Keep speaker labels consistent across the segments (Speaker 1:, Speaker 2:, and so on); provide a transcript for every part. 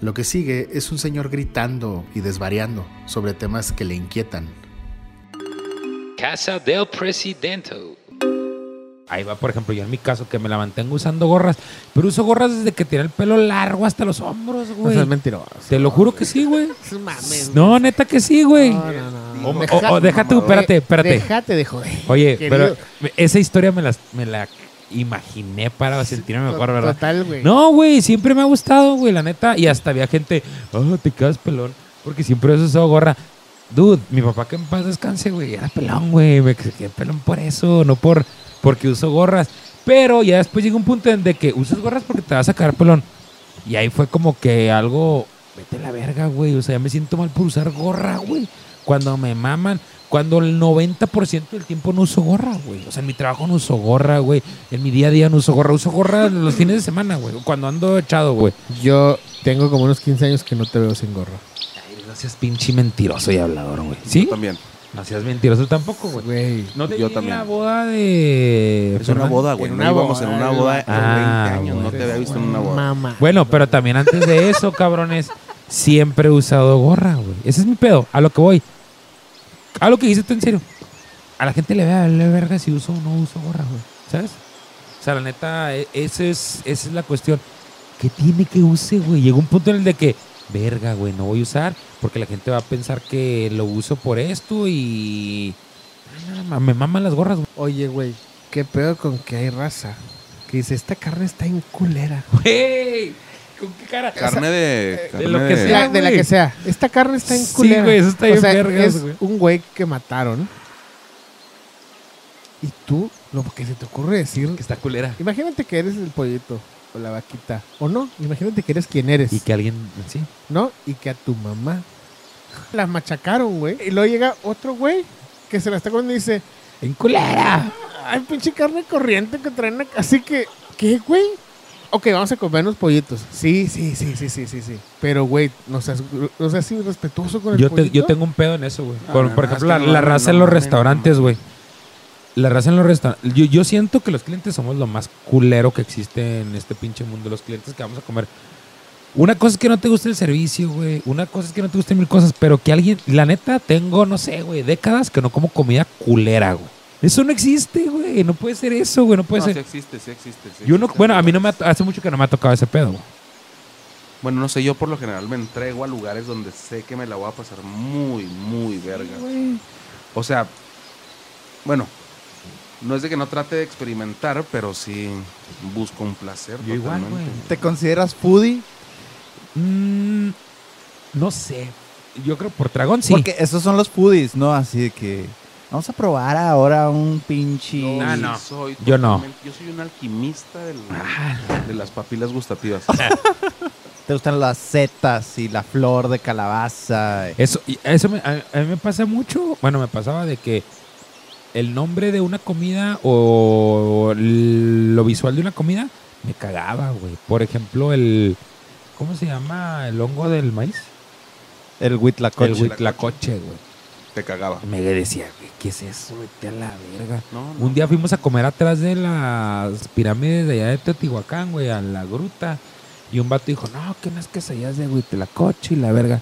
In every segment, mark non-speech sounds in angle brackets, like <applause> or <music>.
Speaker 1: Lo que sigue es un señor gritando y desvariando sobre temas que le inquietan.
Speaker 2: Casa del Presidente.
Speaker 3: Ahí va, por ejemplo, yo en mi caso que me la mantengo usando gorras, pero uso gorras desde que tiré el pelo largo hasta los hombros,
Speaker 4: No
Speaker 3: güey.
Speaker 4: seas mentiroso.
Speaker 3: Te lo juro que sí, güey.
Speaker 4: No mames.
Speaker 3: No, neta que sí, güey.
Speaker 4: No, no, no.
Speaker 3: O- o- o oh, déjate,
Speaker 4: Mamador.
Speaker 3: espérate, espérate.
Speaker 4: Déjate de joder.
Speaker 3: Oye,
Speaker 4: Querido.
Speaker 3: pero esa historia me, las, me la imaginé para sentirme mejor, ¿verdad?
Speaker 4: Total, güey.
Speaker 3: No, güey, siempre me ha gustado, güey, la neta. Y hasta había gente, oh, te quedas pelón, porque siempre has usado gorra. Dude, mi papá que en paz descanse, güey, era pelón, güey. Me quedé pelón por eso, no por porque uso gorras. Pero ya después llega un punto en de que usas gorras porque te vas a quedar pelón. Y ahí fue como que algo, vete a la verga, güey. O sea, ya me siento mal por usar gorra, güey. Cuando me maman, cuando el 90% del tiempo no uso gorra, güey. O sea, en mi trabajo no uso gorra, güey. En mi día a día no uso gorra. Uso gorra los fines de semana, güey. Cuando ando echado, güey.
Speaker 4: Yo tengo como unos 15 años que no te veo sin gorra.
Speaker 3: Ay, no seas pinche mentiroso y hablador, güey. ¿Sí?
Speaker 5: Yo también.
Speaker 3: No seas mentiroso tampoco, güey.
Speaker 4: Güey.
Speaker 3: No te
Speaker 5: Yo
Speaker 3: vi en la
Speaker 5: también.
Speaker 3: boda de...
Speaker 5: Es una
Speaker 3: Fernan-
Speaker 5: boda, güey.
Speaker 4: en
Speaker 5: No
Speaker 4: una
Speaker 5: íbamos en
Speaker 4: boda,
Speaker 5: una boda en 20
Speaker 3: Ah,
Speaker 5: años. No
Speaker 3: güey.
Speaker 5: te había visto en una boda.
Speaker 4: Mamá.
Speaker 3: Bueno, pero también antes de eso, cabrones, siempre he usado gorra, güey. Ese es mi pedo, a lo que voy. A lo que dices tú en serio. A la gente le vea la verga si uso o no uso gorra, güey. ¿Sabes? O sea, la neta, e- ese es, esa es la cuestión. ¿Qué tiene que use, güey? Llega un punto en el de que, verga, güey, no voy a usar porque la gente va a pensar que lo uso por esto y... Ah, ma- Me maman las gorras,
Speaker 4: Oye, güey, qué pedo con que hay raza. Que dice, esta carne está en culera.
Speaker 3: <laughs> güey. ¿Con qué cara?
Speaker 5: Carne Eh, de. carne
Speaker 3: lo que
Speaker 5: de-
Speaker 4: De la,
Speaker 3: sea.
Speaker 4: de la
Speaker 3: güey.
Speaker 4: que sea. Esta carne está en
Speaker 3: Sí,
Speaker 4: culera.
Speaker 3: güey, eso está
Speaker 4: o
Speaker 3: bien
Speaker 4: sea,
Speaker 3: vergas,
Speaker 4: es
Speaker 3: güey.
Speaker 4: un güey que mataron. Y tú, lo que se te ocurre decir.
Speaker 3: Que está culera.
Speaker 4: Imagínate que eres el pollito o la vaquita. O no, imagínate que eres quien eres.
Speaker 3: Y que alguien... Sí.
Speaker 4: ¿no? Y que a tu mamá la machacaron, güey. Y luego llega otro güey que se la está comiendo y dice,
Speaker 3: ¡En culera!
Speaker 4: ay, pinche carne corriente que traen acá. Así que, ¿qué, güey? Ok, vamos a comer unos pollitos. Sí, sí, sí, sí, sí, sí, sí. Pero, güey, no seas, gru- no seas irrespetuoso con el
Speaker 3: Yo, te-
Speaker 4: pollito.
Speaker 3: yo tengo un pedo en eso, güey.
Speaker 5: No,
Speaker 3: Con-
Speaker 5: Ah, no,
Speaker 3: por
Speaker 5: no,
Speaker 3: ejemplo,
Speaker 5: es
Speaker 3: la,
Speaker 5: que no,
Speaker 3: la
Speaker 5: no,
Speaker 3: raza en
Speaker 5: no,
Speaker 3: los
Speaker 5: no, no,
Speaker 3: restaurantes,
Speaker 5: no.
Speaker 3: güey. La raza en los restaurantes. Yo, yo siento que los clientes somos lo más culero que existe en este pinche mundo. Los clientes que vamos a comer. Una cosa es que no te guste el servicio, güey. Una cosa es que no te gusten mil cosas. Pero que alguien. La neta, tengo, no sé, güey, décadas que no como comida culera, güey. Eso no existe, güey. No puede ser eso, güey. No puede
Speaker 5: No, sí
Speaker 3: ser.
Speaker 5: existe, sí existe. sí
Speaker 3: Yo no,
Speaker 5: existe.
Speaker 3: bueno, a mí no me ha, hace mucho que no me ha tocado ese pedo, güey.
Speaker 5: Bueno, no sé, yo por lo general me entrego a lugares donde sé que me la voy a pasar muy, muy verga. O sea, bueno, no es de que no trate de experimentar, pero sí busco un placer.
Speaker 3: Yo igual,
Speaker 5: totalmente.
Speaker 3: güey.
Speaker 6: ¿Te consideras foodie?
Speaker 3: Mm, no sé. Yo creo por tragón sí.
Speaker 6: Porque esos son los foodies, ¿no? Así de que vamos a probar ahora un pinche...
Speaker 5: Yo
Speaker 3: No,
Speaker 5: sí
Speaker 3: no.
Speaker 5: soy
Speaker 3: Yo no. Ah,
Speaker 5: totalmente- Yo soy un alquimista del- de las
Speaker 3: <laughs>
Speaker 5: papilas gustativas.
Speaker 6: Te gustan las setas y la flor de calabaza.
Speaker 3: Eso, y eso me- a, a mí me pasa mucho. Bueno, me pasaba de que el nombre de una comida o l- lo visual de una comida me cagaba, güey. Por ejemplo, el. ¿Cómo se llama? El hongo del maíz.
Speaker 6: El huitlacoche.
Speaker 3: el huitlacoche, güey.
Speaker 5: Te cagaba.
Speaker 3: Me decía, güey, ¿qué es eso? Vete a la verga.
Speaker 5: No, no.
Speaker 3: Un día fuimos a comer atrás de las pirámides de allá de Teotihuacán, güey, a la gruta. Y un vato dijo, no, que unas quesadillas de huitlacoche y la verga.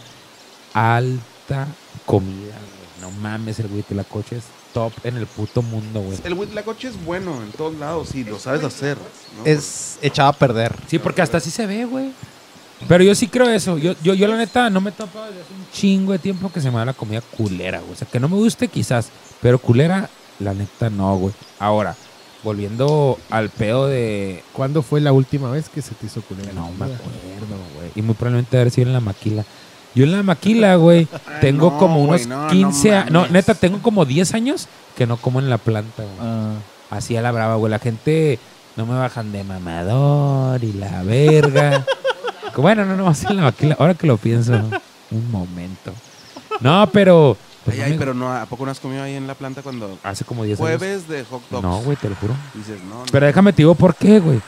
Speaker 3: Alta comida, güey. No mames, el huitlacoche es top en el puto mundo, güey.
Speaker 5: El huitlacoche es bueno en todos lados y lo sabes hacer. ¿no?
Speaker 6: Es echado a perder.
Speaker 3: Sí, porque hasta así se ve, güey. Pero yo sí creo eso. Yo, yo, yo la neta, no me topo desde hace un chingo de tiempo que se me da la comida culera, güey. O sea, que no me guste quizás, pero culera, la neta no, güey. Ahora, volviendo al pedo de,
Speaker 4: ¿Cuándo fue la última vez que se te hizo culera?
Speaker 3: No me acuerdo, güey. Y muy probablemente haber sido en la maquila. Yo en la maquila,
Speaker 5: <laughs>
Speaker 3: güey, tengo
Speaker 5: Ah, no,
Speaker 3: como
Speaker 5: güey,
Speaker 3: unos
Speaker 5: no, no
Speaker 3: 15 años. No,
Speaker 5: mames.
Speaker 3: neta, tengo como 10 años que no como en la planta, güey.
Speaker 6: Ah,
Speaker 3: Así a la brava, güey. La gente no me bajan de mamador y la
Speaker 5: <laughs>
Speaker 3: verga. Que bueno, no, no, más en la maquila. Ahora que lo pienso, un momento. No, pero. pues,
Speaker 5: Ay,
Speaker 3: no
Speaker 5: ay,
Speaker 3: me-
Speaker 5: pero no, ¿a poco no has comido ahí en la planta cuando
Speaker 3: Hace como 10 años.
Speaker 5: jueves de hot dogs?
Speaker 3: No, güey, te lo juro.
Speaker 5: Dices, no, no.
Speaker 3: Pero déjame te digo por qué, güey.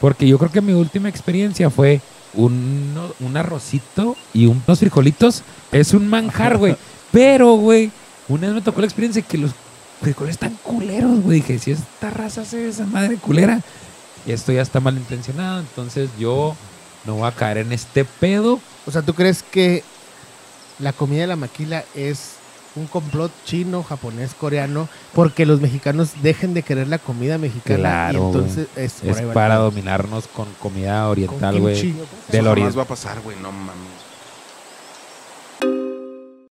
Speaker 3: Porque yo creo que mi última experiencia fue un, un arrocito y unos frijolitos. Es un manjar,
Speaker 4: <laughs>
Speaker 3: güey. Pero, güey, una vez me tocó la experiencia que los frijoles están culeros, güey. Dije, si esta raza hace esa madre culera, esto ya está malintencionado. Entonces yo no voy a caer en este pedo.
Speaker 4: O sea, ¿tú crees que la comida de la maquila es un complot chino, japonés, coreano, porque los mexicanos dejen de querer la comida mexicana?
Speaker 3: Claro,
Speaker 4: y entonces es, por
Speaker 3: Es
Speaker 4: ahí va el
Speaker 3: para
Speaker 4: pedo.
Speaker 3: dominarnos con comida
Speaker 4: Con
Speaker 3: oriental, güey.
Speaker 4: kimchi, ¿no?
Speaker 3: Del
Speaker 5: Eso jamás
Speaker 3: oriente.
Speaker 5: va a pasar, güey, no mames.